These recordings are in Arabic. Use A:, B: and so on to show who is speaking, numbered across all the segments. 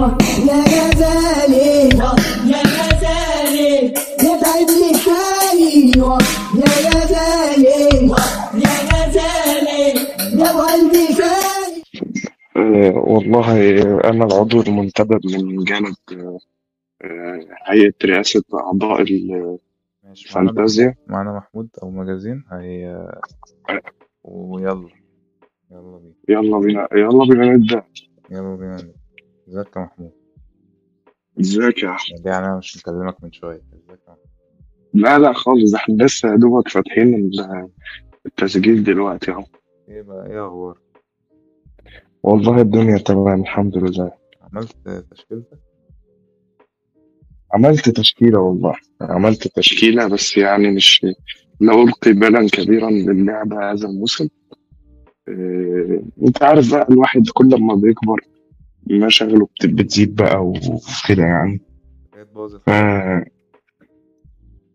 A: يا غزالي
B: يا غزالي
A: يتعب لي حالي يا غزالي
B: يا غزالي
A: يا قلبي غالي
C: آه، والله أنا العضو المنتدب من جانب آه، آه، هيئة رئاسة أعضاء
D: ماشي معانا مح-
C: الفانتازيا
D: معانا محمود أو مجازين هي ويلا يلا بينا
C: يلا بينا يلا بينا نبدأ
D: يلا بينا ازيك يا محمود
C: ازيك يا أحمد
D: يعني أنا مش مكلمك من شوية ازيك يا محمود
C: لا لا خالص ده احنا لسه يا دوبك فاتحين ال- التسجيل دلوقتي أهو
D: ايه بقى ايه أخبارك
C: والله الدنيا تمام الحمد لله
D: عملت تشكيلتك
C: عملت تشكيلة والله عملت تشكيلة بس يعني مش لا ألقي بالا كبيرا للعبة هذا الموسم آه، أنت عارف بقى الواحد كل ما بيكبر مشاغله بت- بتزيد بقى وكده يعني
D: بقيت باظ
C: ف...
D: الحاجة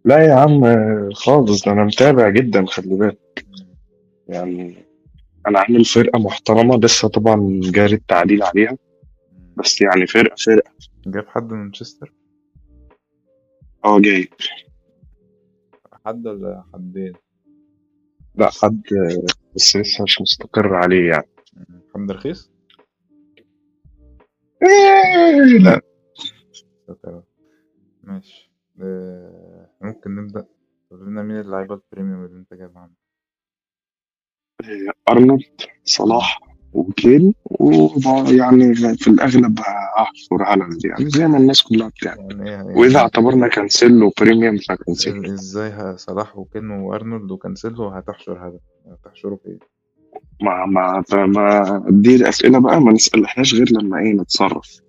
C: لا يا عم آه، خالص ده أنا متابع جدا خلي بالك يعني أنا عامل فرقة محترمة لسه طبعا جاري التعديل عليها بس يعني فرقة فرقة
D: جاب حد من مانشستر
C: أه جاي
D: حد ولا حدين
C: لا حد آه، بس لسه مش مستقر عليه يعني
D: مم. حد رخيص
C: إيه، لا
D: طب ماشي آه، ممكن نبدأ قول لنا مين اللعيبة البريميوم اللي انت جايبها عندك
C: أرنولد صلاح وكين ويعني في الأغلب هحصر هالاند يعني زي ما الناس كلها بتعمل
D: يعني ايه
C: وإذا اعتبرنا كانسيلو بريميوم فكانسيلو
D: إز- ازاي ه- صلاح وكين وارنولد وكانسيلو هتحشر هدف هتحشره في ايه؟
C: ما ما ما دي الأسئلة بقى ما نسألهاش غير لما إيه نتصرف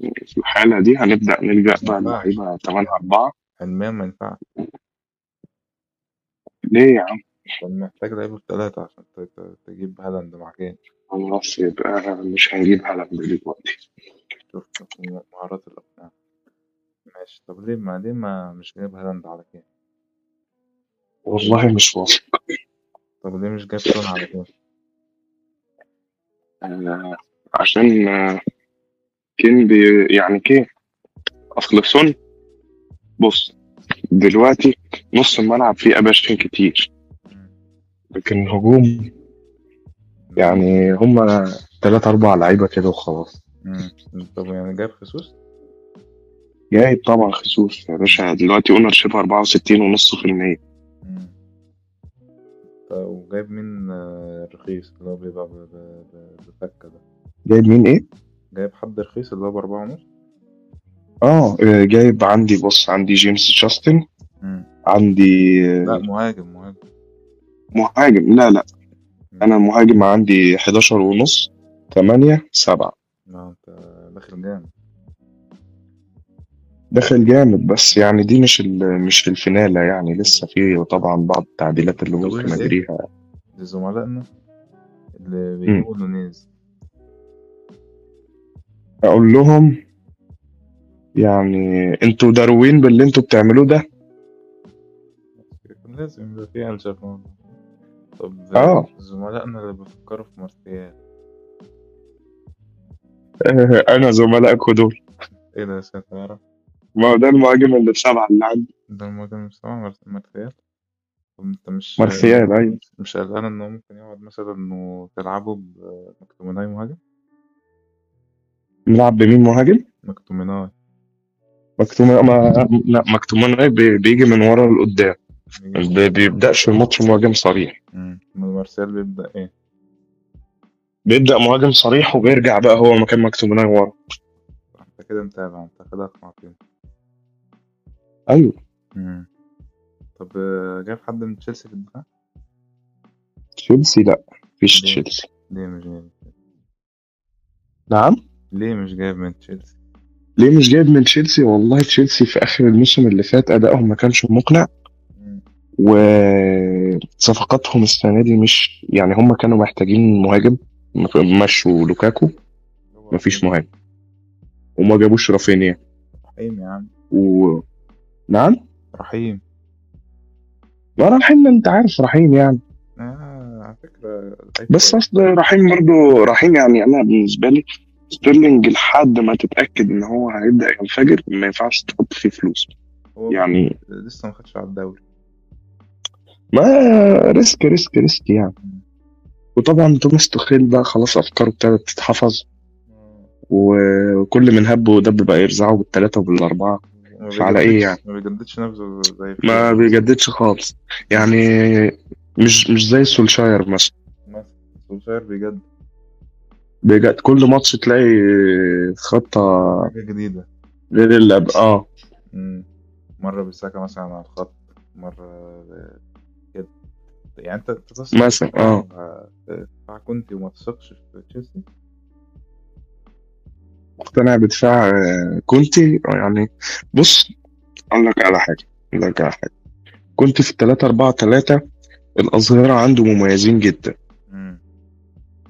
C: يعني في الحالة دي هنبدأ نلجأ بقى للعيبة 8 4
D: علميا ما ينفعش
C: ليه يا عم
D: كان محتاج لعيبة ثلاثة عشان ت- ت- تجيب هالاند مع كين
C: خلاص يبقى مش هنجيب هالاند دلوقتي
D: شوف شوف مهارات الأقناع ماشي طب ليه ما ليه ما مش جايب هالاند على كين؟
C: والله مش واثق
D: طب ليه مش جايب سون على كين؟
C: آه، عشان آه، كين بي يعني كين اصل سون بص دلوقتي نص الملعب فيه اباشين كتير لكن الهجوم يعني هما تلات أربع لعيبة كده وخلاص
D: مم. طب يعني جايب خيسوس؟
C: جايب طبعا خيسوس يا باشا دلوقتي اونر شيب 64 ونص في المية
D: مم. طب وجايب مين آه، رخيص اللي هو بيبقى ب- ب- ب- بفكة ده
C: جايب مين ايه؟
D: جايب حد رخيص اللي هو بأربعة ونص؟
C: اه آه، جايب عندي بص عندي جيمس جاستن
D: مم.
C: عندي آه،
D: لا مهاجم مهاجم
C: مهاجم لا لا
D: مم.
C: انا مهاجم عندي 11 ونص 8 7
D: ما انت داخل جامد
C: دخل جامد بس يعني دي مش ال- مش الفينالة يعني لسه في طبعا بعض التعديلات اللي ممكن
D: طب إيه؟
C: اجريها
D: لزملائنا اللي بيجيبوا نونيز
C: اقول لهم يعني انتوا داروين باللي انتوا بتعملوه ده
D: لازم يبقى في قلشة في الموضوع. طب
C: آه.
D: زملائنا اللي بيفكروا في مارسيال
C: آه، انا زملائكوا دول
D: ايه ده يا ساتر يا رب
C: ما هو ده المهاجم اللي بسبعة اللي عندي
D: ده المهاجم بتاعهم مارس- مارسيال طب انت مش
C: مارسيال ايوه
D: مش قلقان ان هو ممكن يقعد مثلا انه تلعبه بمكتوميناي مهاجم
C: نلعب بمين مهاجم؟
D: مكتوميناي
C: مكتوم ما... لا مكتومان بيجي من ورا لقدام ما بيبداش الماتش مهاجم صريح
D: امم مارسيال بيبدأ ايه
C: بيبدا مهاجم صريح وبيرجع بقى هو مكان مكتومان ورا
D: انت كده متابع انت كده اقنعتني
C: ايوه
D: امم طب آه، جايب حد من تشيلسي في الدفاع
C: تشيلسي لا مفيش
D: ليه؟
C: تشيلسي
D: ليه مش جايب
C: نعم
D: ليه مش جايب من تشيلسي
C: ليه مش جايب من تشيلسي والله تشيلسي في اخر الموسم اللي فات ادائهم ما كانش مقنع
D: مم.
C: وصفقاتهم السنه دي مش يعني هم كانوا محتاجين مهاجم مشوا لوكاكو
D: هو
C: مفيش مهاجم وما جابوش رافينيا
D: رحيم يا عم
C: و نعم
D: رحيم
C: ما رحيم انت عارف رحيم يعني
D: آه على فكرة
C: بس اصل رحيم برضو رحيم يعني انا بالنسبه لي ستيرلينج لحد ما تتاكد ان هو هيبدا ينفجر ما ينفعش تحط فيه فلوس
D: هو
C: يعني
D: لسه ما خدش على الدوري
C: ما ريسك ريسك ريسك يعني وطبعا توماس توخيل بقى خلاص افكاره ابتدت تتحفظ وكل من هب ودب بقى يرزعوا بالثلاثه وبالاربعه
D: ما
C: فعلى إيه
D: بيجددش-
C: يعني؟
D: ما بيجددش نفسه زي
C: ما بيجددش خالص يعني مش مش زي سولشاير مثلا
D: مثلا سولشاير بيجدد
C: بجد كل ماتش تلاقي خطة
D: حاجة جديدة
C: غير اللي قبل- اه
D: مم. مرة بيساكا مثلا على الخط مرة ب- كده يعني انت تبص
C: مثلا اه
D: بتاع كنت وما تثقش في تشيلسي
C: مقتنع بدفاع آه، كونتي يعني بص اقول لك على حاجة اقول لك على حاجة كنت في 3 4 3 الأظهرة عنده مميزين جدا
D: مم.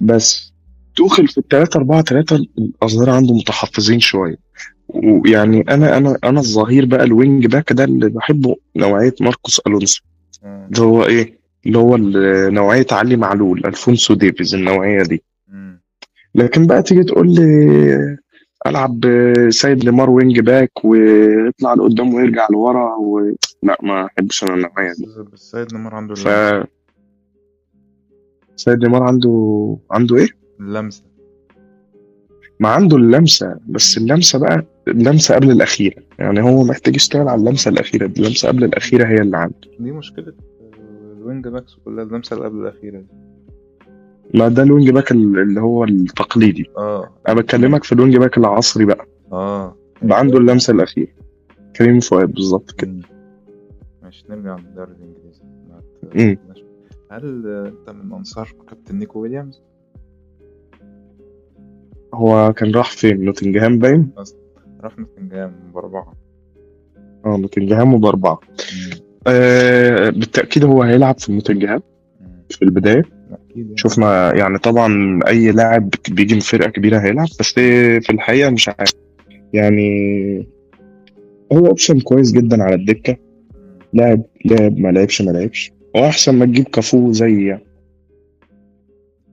C: بس توخل في التلاتة أربعة تلاتة الأظهرة عنده متحفظين شوية ويعني أنا أنا أنا الظهير بقى الوينج باك ده اللي بحبه نوعية ماركوس ألونسو
D: مم.
C: اللي هو إيه؟ اللي هو ال- نوعية علي معلول ألفونسو ديفيز النوعية دي
D: مم.
C: لكن بقى تيجي تقول لي ألعب سيد نيمار وينج باك ويطلع لقدام ويرجع لورا و... لا ما أحبش أنا النوعية دي
D: بس بس سيد نمر عنده
C: يعني. ف سيد نيمار عنده عنده إيه؟
D: اللمسة
C: ما عنده اللمسه بس اللمسه بقى اللمسه قبل الاخيره يعني هو محتاج يشتغل على اللمسه الاخيره دي اللمسه قبل الاخيره هي اللي عنده
D: دي مشكلة آه، الوينج باكس كلها اللمسة اللي قبل الأخيرة دي
C: ما ده الوينج باك ال- اللي هو التقليدي
D: اه
C: انا بكلمك في الوينج باك العصري بقى
D: اه
C: بقى عنده اللمسه الاخيره كريم فؤاد بالظبط كده
D: مم. ماشي نرجع للدوري الإنجليزي ما ت-
C: مم.
D: ماشي. هل آه، أنت من أنصار كابتن نيكو ويليامز؟
C: هو كان راح فين نوتنجهام باين
D: راح نوتنجهام بأربعة
C: اه نوتنجهام وباربعه آه بالتاكيد هو هيلعب في نوتنجهام
D: مم.
C: في البدايه
D: أكيد يعني.
C: شفنا يعني طبعا اي لاعب بيجي من فرقه كبيره هيلعب بس في الحقيقه مش عارف يعني هو اوبشن كويس جدا على الدكه
D: مم.
C: لاعب لاعب ما لعبش ما لعبش واحسن ما تجيب كافو زي يعني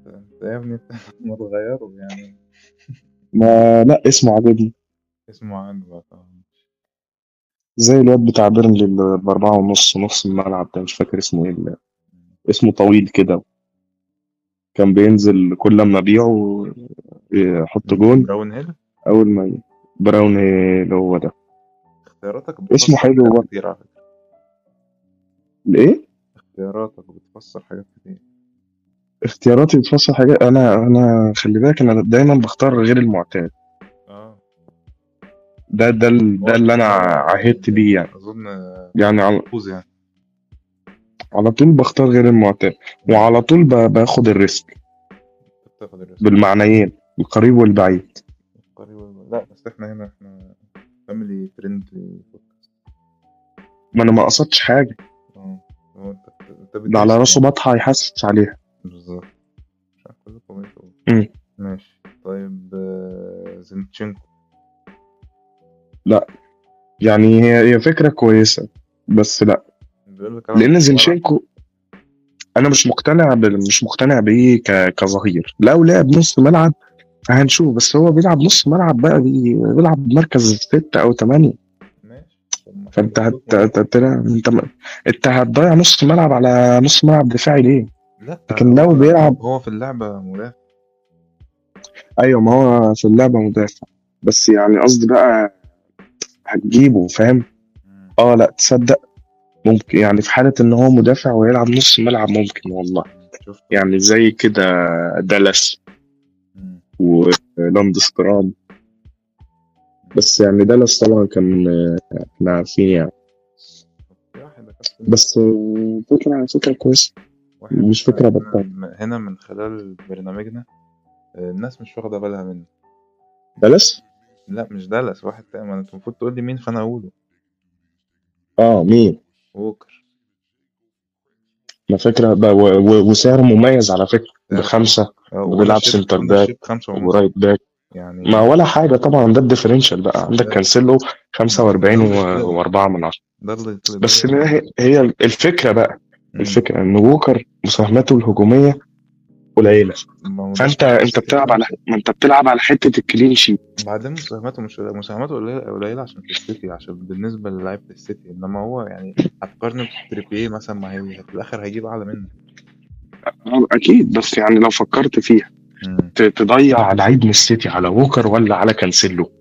D: انت يا ابني انت ما تغيره يعني
C: ما لا اسمه عاجبني
D: اسمه عنه بقى طبعا
C: زي الواد بتاع بيرنلي اللي باربعة ونص نص الملعب ده مش فاكر اسمه ايه اللي- اسمه طويل كده كان بينزل كل لما بيعه يحط جون
D: براون هيل
C: اول ما ي- براون اللي هو ده
D: اختياراتك
C: اسمه
D: بتفسر
C: حلو
D: حاجات
C: برضه.
D: كتير على فكرة
C: ايه
D: اختياراتك بتفسر حاجات كتير
C: اختياراتي بتفصل حاجات انا انا خلي بالك انا دايما بختار غير المعتاد
D: اه
C: ده ده ال- ده اللي انا عهدت بيه يعني
D: اظن
C: يعني على,
D: فوز يعني
C: على طول بختار غير المعتاد وعلى طول ب- باخد الريسك
D: بتاخد الريسك
C: بالمعنيين القريب والبعيد
D: قريب لا بس احنا هنا احنا فاميلي فريندلي
C: ما انا ما قصدتش حاجه
D: اه هو انت انت
C: ده على راسه بطحه يحسس عليها
D: بالظبط مش عارف كلكم ايه تقولوا.
C: مم.
D: ماشي طيب آه، زينتشينكو
C: يعني هي هي فكره كويسه بس لا
D: بيقول لك
C: لان زينشينكو انا مش مقتنع بال- مش مقتنع بيه ك- كظهير لو لعب نص ملعب هنشوف بس هو بيلعب نص ملعب بقى بي- بيلعب مركز ستة او ثمانية
D: ماشي طب ما
C: فانت
D: حلو.
C: هت... هت... هت... انت انت هتضيع نص ملعب على نص ملعب دفاعي ليه؟
D: لا
C: لكن لو
D: هو-
C: بيلعب-
D: هو في اللعبة مدافع
C: ايوه ما هو في اللعبه مدافع بس يعني قصدي بقى هتجيبه فاهم؟ اه لا تصدق ممكن يعني في حاله ان هو مدافع ويلعب نص ملعب ممكن والله
D: شفت
C: يعني زي كده دالاس
D: مم.
C: ولاندسترام بس يعني دالاس طبعا كان آه، احنا عارفين يعني
D: في واحد يا كابتن،
C: بس آه، فكره فكره كويسه
D: واحد
C: مش فكرة بطال.
D: م- هنا من خلال برنامجنا آه، الناس مش واخدة بالها منه
C: دالاس؟
D: لا مش دالاس واحد تاني ما انت المفروض تقول لي مين فانا اقوله
C: اه مين؟
D: ووكر
C: ما فكره ب- و- و- وسعر مميز على فكره بخمسه
D: آه،
C: وبيلعب
D: ownership-
C: سنتر باك
D: ownership خمسة ونص
C: ورايت باك
D: يعني
C: ما ولا حاجه طبعا ده الديفرنشال بقى عندك كانسيلو 45 و- و4 من 10
D: ده اللي طلع
C: بس ما هي هي الفكره بقى
D: مم.
C: الفكره ان ووكر مساهماته الهجوميه قليله
D: ما هو
C: فانت انت بتلعب على ما انت بتلعب على حته الكلين شيت
D: بعدين مساهماته مش مساهماته قليله قليله عشان في السيتي عشان بالنسبه للعيبه السيتي انما هو يعني هتقارنه بتريبيه مثلا ما هي في الاخر هيجيب اعلى منه
C: آه، اكيد بس يعني لو فكرت فيها
D: مم.
C: ت- تضيع لعيب من السيتي على ووكر ولا على كانسيلو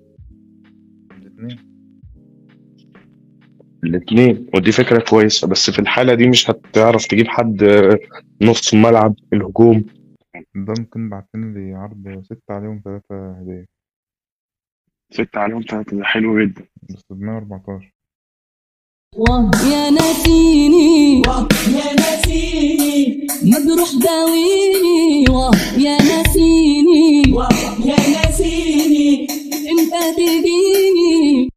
D: الاثنين
C: الاثنين ودي فكره كويسه بس في الحاله دي مش هتعرف تجيب حد آه، نص ملعب الهجوم
D: دانكن بعتن لي عرض ستة عليهم ثلاثة هدية
C: ست عليهم ثلاثه ده حلو جدا
D: بس ب 114
E: يا ناسيني
B: يا نسيني
E: مجروح داويني واه يا ناسيني
B: يا نسيني
E: انت تجيني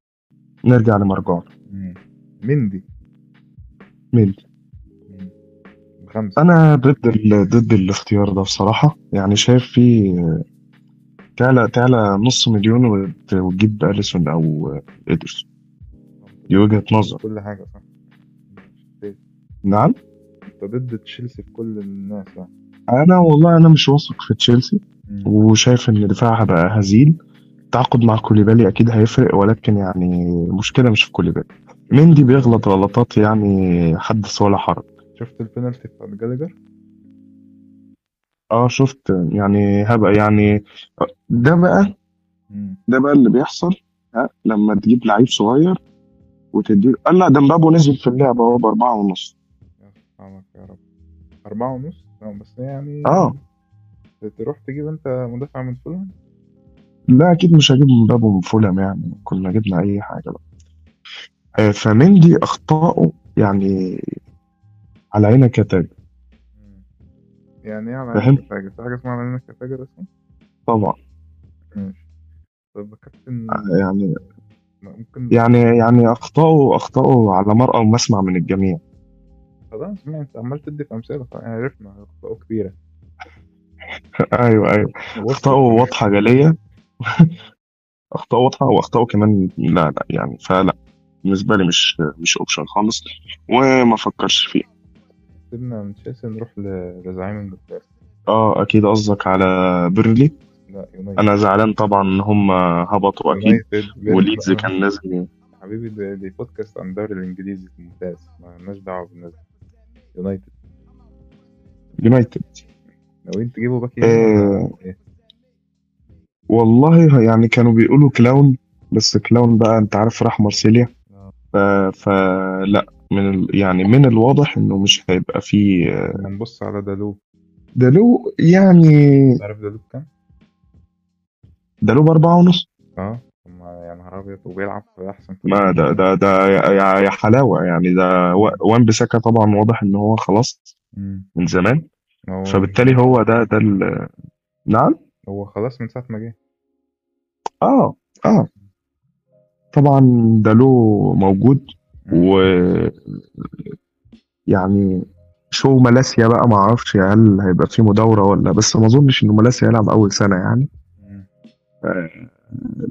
C: نرجع لمرجان
D: مم. مندي
C: مين
D: مم. بخمسة
C: انا ضد ال... ضد الاختيار ده بصراحه يعني شايف في تعلى تعلى نص مليون وت- وتجيب آه، اليسون او ادرسون دي وجهه نظر
D: كل حاجة صح
C: نعم
D: انت ضد تشيلسي في كل الناس صح
C: انا والله انا مش واثق في تشيلسي وشايف ان دفاعها بقى هزيل تعاقد مع كوليبالي اكيد هيفرق ولكن يعني مشكله مش في كوليبالي مندي بيغلط غلطات يعني حدث ولا حرج
D: شفت البنالتي بتاعت جالجر
C: اه شفت يعني هبقى يعني ده بقى
D: مم.
C: ده بقى اللي بيحصل ها لما تجيب لعيب صغير وتديه قال لا ده مبابو نزل في اللعبه هو باربعه ونص
D: يرحمك يا رب أربعة ونص اه بس يعني
C: اه
D: تروح تجيب انت مدافع من فلان
C: لا اكيد مش هجيب مبابو من فولهام يعني كنا جبنا اي حاجه بقى آه، فمندي اخطائه يعني على عينك يا تاج
D: يعني ايه على
C: فاهم؟
D: عينك يا فاجر في حاجة اسمها على عينك يا فاجر اصلا
C: طبعا
D: ماشي طب يا كابتن
C: آه، يعني
D: ممكن
C: يعني يعني اخطائه اخطائه على مرأى ومسمع من الجميع
D: خلاص سمعت عمال تدي في امثله خلاص، يعني عرفنا اخطاء كبيره
C: ايوه ايوه اخطائه واضحه جليه اخطائه واضحه واخطائه كمان لا لا يعني فلا بالنسبه لي مش مش اوبشن خالص وما افكرش فيه
D: سيبنا من تشيلسي نروح ل- لزعيم انجلترا
C: اه اكيد قصدك على بيرلي
D: لا يونايتد
C: انا زعلان طبعا ان هم هبطوا اكيد
D: يونايتد بيرلي.
C: وليدز كان لازم
D: حبيبي ده- دي بودكاست عن الدوري الانجليزي ممتاز ما لناش دعوه بالناس دي. يونايتد
C: يونايتد
D: ناويين تجيبوا باك
C: آه.
D: ولا إيه؟
C: والله يعني كانوا بيقولوا كلاون بس كلاون بقى انت عارف راح مارسيليا
D: آه.
C: ف... فلا من ال... يعني من الواضح انه مش هيبقى فيه آه،
D: هنبص على دالوب
C: ده له يعني
D: عارف دالوب كام؟
C: ده له باربعة ونص
D: اه طب ما يا نهار ابيض وبيلعب في احسن في
C: آه. ما ده ده ده يا- يا يا حلاوة يعني ده و- وان بيساكا طبعا واضح ان هو خلاص
D: مم.
C: من زمان
D: ما هو
C: فبالتالي هو ده ده ال... نعم
D: هو خلاص من ساعه ما جه
C: اه اه طبعا ده له موجود و يعني شو مالاسيا بقى ما اعرفش هل هيبقى في مداوره ولا بس ما اظنش انه مالاسيا يلعب اول سنه يعني
D: مم.
C: آه،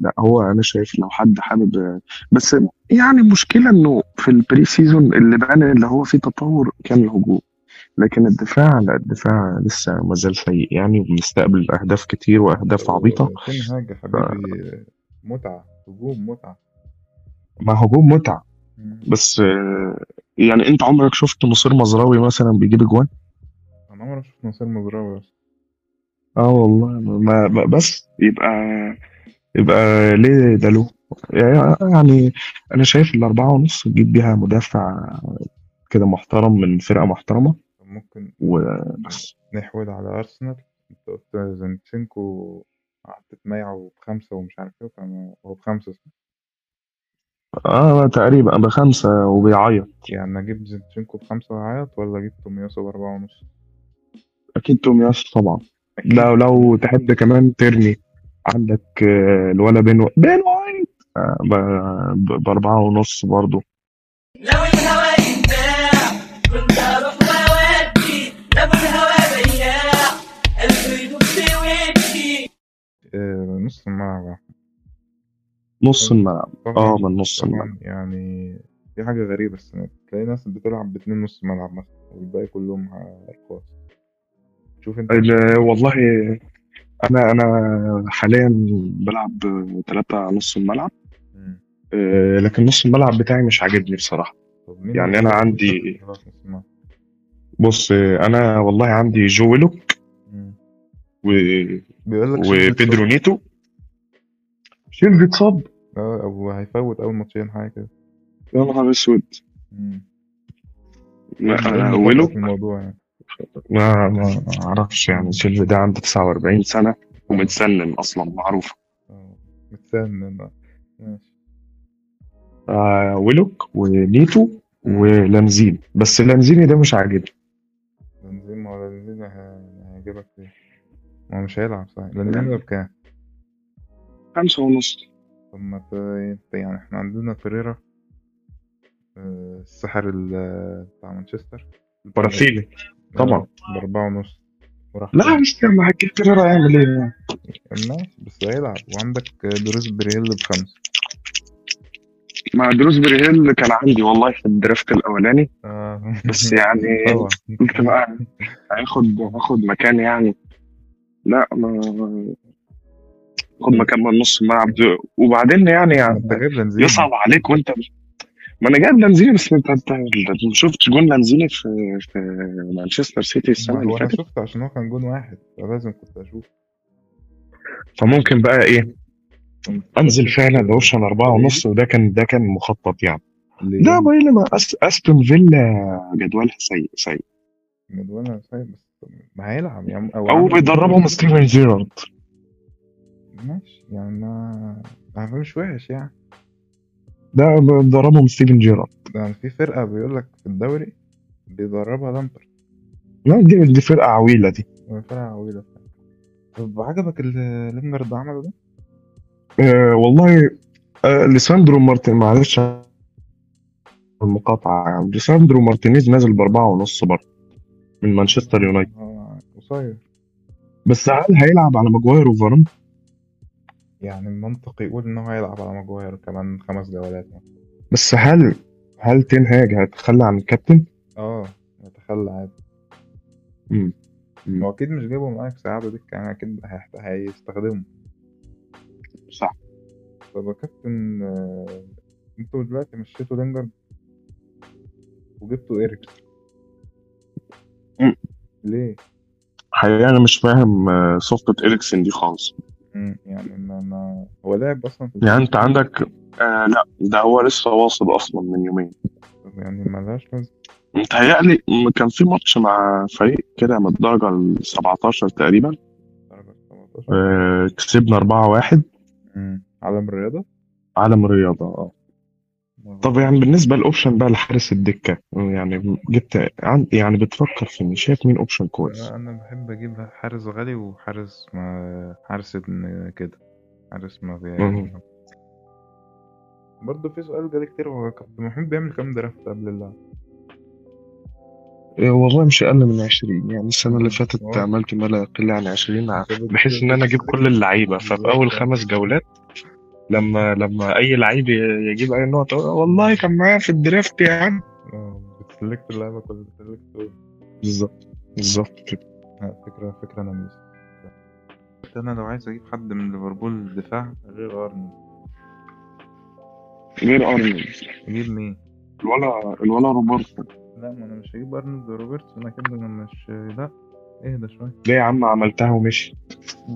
C: لا هو انا شايف لو حد حابب بس يعني المشكله انه في البري سيزون اللي بان اللي هو فيه تطور كان الهجوم لكن الدفاع لا الدفاع لسه ما زال سيء يعني وبنستقبل اهداف كتير واهداف عبيطه
D: فين حاجه حبيبي متعه هجوم متعه
C: مع هجوم متعه
D: مم.
C: بس آه، يعني انت عمرك شفت مصير مزراوي مثلا بيجيب اجوان
D: انا عمري ما شفت نصير مزراوي بس
C: اه والله ما ما- بس يبقى يبقى ليه ده له يعني انا شايف الأربعة ونص تجيب بيها مدافع كده محترم من فرقة محترمة
D: طب ممكن
C: وبس
D: نحود على ارسنال انت قلت زينشينكو قعدت تميعه بخمسه ومش عارف ايه فأنا- هو بخمسه صح؟
C: اه تقريبا بخمسة وبيعيط
D: يعني اجيب زينشينكو بخمسه وهعيط ولا اجيب تومياسو باربعه ونص
C: اكيد تومياس طبعا
D: أكيد.
C: لو لو تحب كمان ترمي عندك آه، الولا بين و... بين وايت آه، ب- ب- بأربعة ونص برضه
B: لو الهوى يمنع كنت اروح واودي لو الهوى بياع قلبي يدق ويمشي
D: آه نص الملعب
C: نص الملعب اه
D: طبعا
C: من نص الملعب
D: طبعا يعني دي حاجه غريبه السنه دي تلاقي ناس بتلعب باتنين نص ملعب مثلا والباقي كلهم ارقام شوف انت
C: ال- والله انا انا حاليا بلعب ثلاثة نص الملعب
D: مم.
C: آه، لكن نص الملعب بتاعي مش عاجبني بصراحة
D: طب مين
C: يعني
D: اللي-
C: أنا عندي-
D: خلاص نسمع.
C: بص آه، انا والله عندي جو ويلوك
D: مم.
C: و...
D: بيقول لك شيل
C: وبيدرو نيتو شيل اتصاب
D: اه او هيفوت اول ماتشين حاجه كده
C: يا نهار اسود
D: مم.
C: لا،
D: إيه
C: ويلوك
D: في الموضوع يعني
C: ما ما اعرفش يعني سيلفي ده عنده 49 سنة ومتسنن اصلا معروف
D: اه متسنن اه. ماشي
C: آه ويلوك ونيتو ولانزيني بس لانزيني ده مش عاجبني
D: بنزين ما هو بنزين هيجيبك ليه ما هو مش هيلعب صحيح
C: يعني
D: بنزين بكام
C: خمسة ونص
D: طب ما ت- انت يعني احنا عندنا بيريرا آه، الساحر ال- بتاع مانشستر
C: برازيلي طبعا.
D: بأربعة ونص وراح
C: لا مش كده مع كيريرا يعمل ايه يعني؟
D: ماشي بس هيلعب وعندك دروس بريل بخمسة
C: مع دروز بريهيل كان عندي والله في الدرافت الاولاني
D: آه.
C: بس يعني
D: طبعا
C: قلت بقى هاخد هاخد مكان يعني لا ما خد مكان من نص الملعب ده. وبعدين يعني, يعني
D: انت جايب بنزين
C: يصعب عليك وانت ما انا جايب لانزيني بس انت انت أنت ما شفتش جون لانزيني في في مانشستر سيتي السنه اللي
D: هو انا
C: فاتت
D: شفته عشان هو كان جون واحد فلازم كنت اشوف
C: فممكن بقى ايه انزل فعلا الاوبشن أربعة ونص وده كان ده كان مخطط يعني
D: ليه؟
C: لا ما إلا ما أس- استون فيلا جدولها سيء سيء
D: مدونة صحيح بس ما هيلعب يعني
C: او
D: عامل-
C: بيدربهم ستيفن جيرارد
D: ماشي يعني ما ما هو مش وحش يعني
C: ده بيدربهم ستيفن جيرارد
D: يعني في فرقة بيقول لك في الدوري بيدربها لامبر
C: لا دي, دي فرقه عويله دي
D: فرقة عويلة فعلا. طب عجبك اللي لامبرد عمله ده؟
C: أه والله أه ليساندرو مارتن معلش المقاطعه يعني. ليساندرو مارتينيز نازل باربعه ونص برضه من مانشستر يونايتد
D: هو قصير
C: بس هل هيلعب على ماجواير وفاران
D: يعني المنطق يقول ان هو هيلعب على ماجواير كمان خمس جولات يعني.
C: بس هل هل تين هاج هيتخلى عن الكابتن؟
D: اه يتخلى عادي
C: مم. مم.
D: هو اكيد مش جايبه معاك ساعده دي يعني اكيد هيحت- هيستخدمه
C: صح
D: طب يا كابتن آه، انتوا دلوقتي مشيتوا لينجارد وجبتوا ايريكس
C: مم.
D: ليه؟
C: حقيقة أنا مش فاهم آه، صفقة إريكسن دي خالص
D: مم. يعني ما, ما هو لعب اصلا في
C: يعني أنت عندك آه لا ده هو لسه واصل أصلا من يومين
D: يعني ملهاش لازمه
C: متهيألي م- كان في ماتش مع فريق كده من الدرجة ال 17 تقريبا
D: درجة 17
C: آه كسبنا 4-1
D: مم. عالم الرياضة
C: عالم الرياضة اه طب يعني بالنسبة للأوبشن بقى لحارس الدكة يعني جبت عن- يعني بتفكر في مين شايف مين أوبشن كويس
D: انا بحب اجيب حارس غالي وحارس ما حارس ابن كده حارس ما بي
C: مم.
D: برضه في سؤال جالي كتير هو كابتن محمود بيعمل كام درافت قبل اللعب؟
C: إيه والله مش أقل من 20 يعني السنة اللي فاتت
D: واو.
C: عملت ما لا يقل عن 20 ع-
D: بسبب-
C: بحيث إن أنا أجيب كل اللعيبة ففي أول خمس جولات لما لما أي لعيب ي- يجيب أي نقطة أقول والله كان معايا في الدرافت يا عم
D: اه بتسلكت اللعبة كلها بتسلكت
C: بالظبط بالظبط كده
D: لا فكرة فكرة أنا ميسي قلت أنا لو عايز أجيب حد من ليفربول دفاع غير أرنولد
C: غير أرنولد
D: أجيب مين؟
C: الولا الولا روبرتو
D: لا ما أنا مش هجيب أرنولد وروبرتس أنا كده أنا مش لا اهدى شوية
C: ليه يا عم عملتها ومشي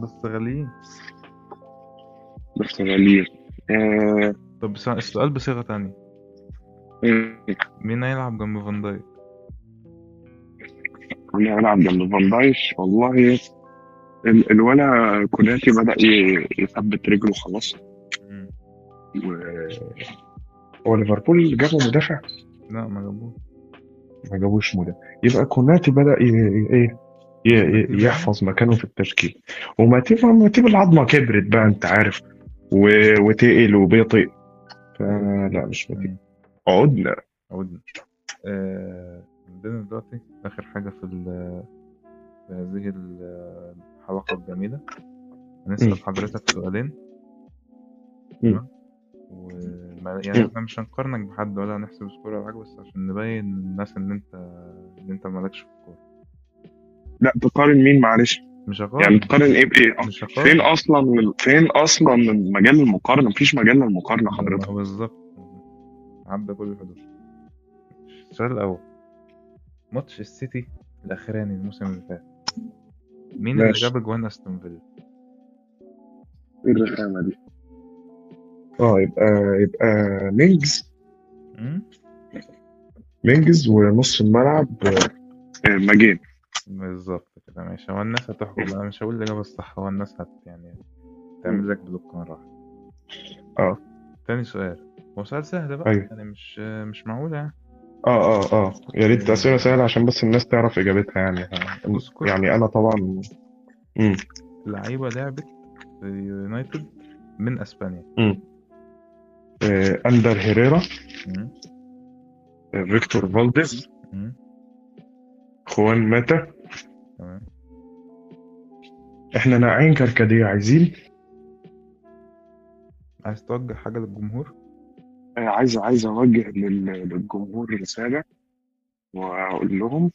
D: بس غاليين
C: بس غالية آه،
D: طب بس- السؤال بصيغة تانية
C: آه،
D: مين هيلعب جنب فان دايك؟
C: أنا هلعب جنب فان دايك والله ال- الولا كوناتي بدأ ي- يثبت رجله خلاص و هو ليفربول جابوا مدافع
D: لا ما جابوه
C: ما جابوش مدافع يبقى كوناتي بدأ ي... ايه ي... ي- يحفظ مكانه في التشكيل وماتيب ماتيب العظمه كبرت بقى انت عارف و... وتقل وبيطئ فلا مش ماتيب عدنا
D: عودنا آه، عندنا دلوقتي آخر حاجة في ال- في هذه ال- الحلقة الجميلة
C: مم.
D: هنسأل حضرتك سؤالين
C: مم.
D: تمام؟ وما يعني
C: مم.
D: احنا مش هنقارنك بحد ولا هنحسب سكور ولا حاجة بس عشان نبين للناس إن أنت إن أنت مالكش في الكورة
C: لا تقارن مين معلش
D: مش
C: يعني
D: هقارن
C: تقارن ايه بايه
D: مش
C: فين
D: هقارن
C: اصلا فين اصلا مجال المقارنه مفيش مجال للمقارنه حضرتك
D: ما بالظبط عدى كل الحدود السؤال الأول ماتش السيتي الأخراني الموسم اللي فات مين اللي
C: ماشي.
D: جاب جوان أستون فيلا؟
C: ايه الرخامه دي اه يبقى يبقى مينجز
D: أمم؟
C: مينجز ونص الملعب آه، مجين
D: بالظبط كده ماشي هو الناس هتحكم أنا مش هقول الإجابة الصح هو الناس هت يعني تعمل لك بلوكان راحة
C: آه.
D: تاني سؤال هو سؤال سهل بقى
C: أيوة.
D: يعني مش مش معقولة يعني
C: اه اه اه يا ريت اسئله سهله عشان بس الناس تعرف اجابتها يعني
D: اذكر
C: يعني انا طبعا امم
D: لعيبة لعبت في يونايتد من أسبانيا
C: آه، اندر هيريرا
D: أمم؟
C: آه، فيكتور فالديز
D: أمم؟
C: خوان ماتا
D: تمام
C: احنا ناقعين كركديه عايزين
D: عايز توجه حاجة للجمهور؟
C: آه، عايز عايز اوجه لل- للجمهور رساله واقول لهم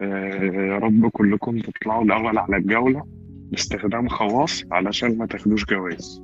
C: آه، يا رب كلكم تطلعوا الاول على الجوله باستخدام خواص علشان ما تاخدوش جوائز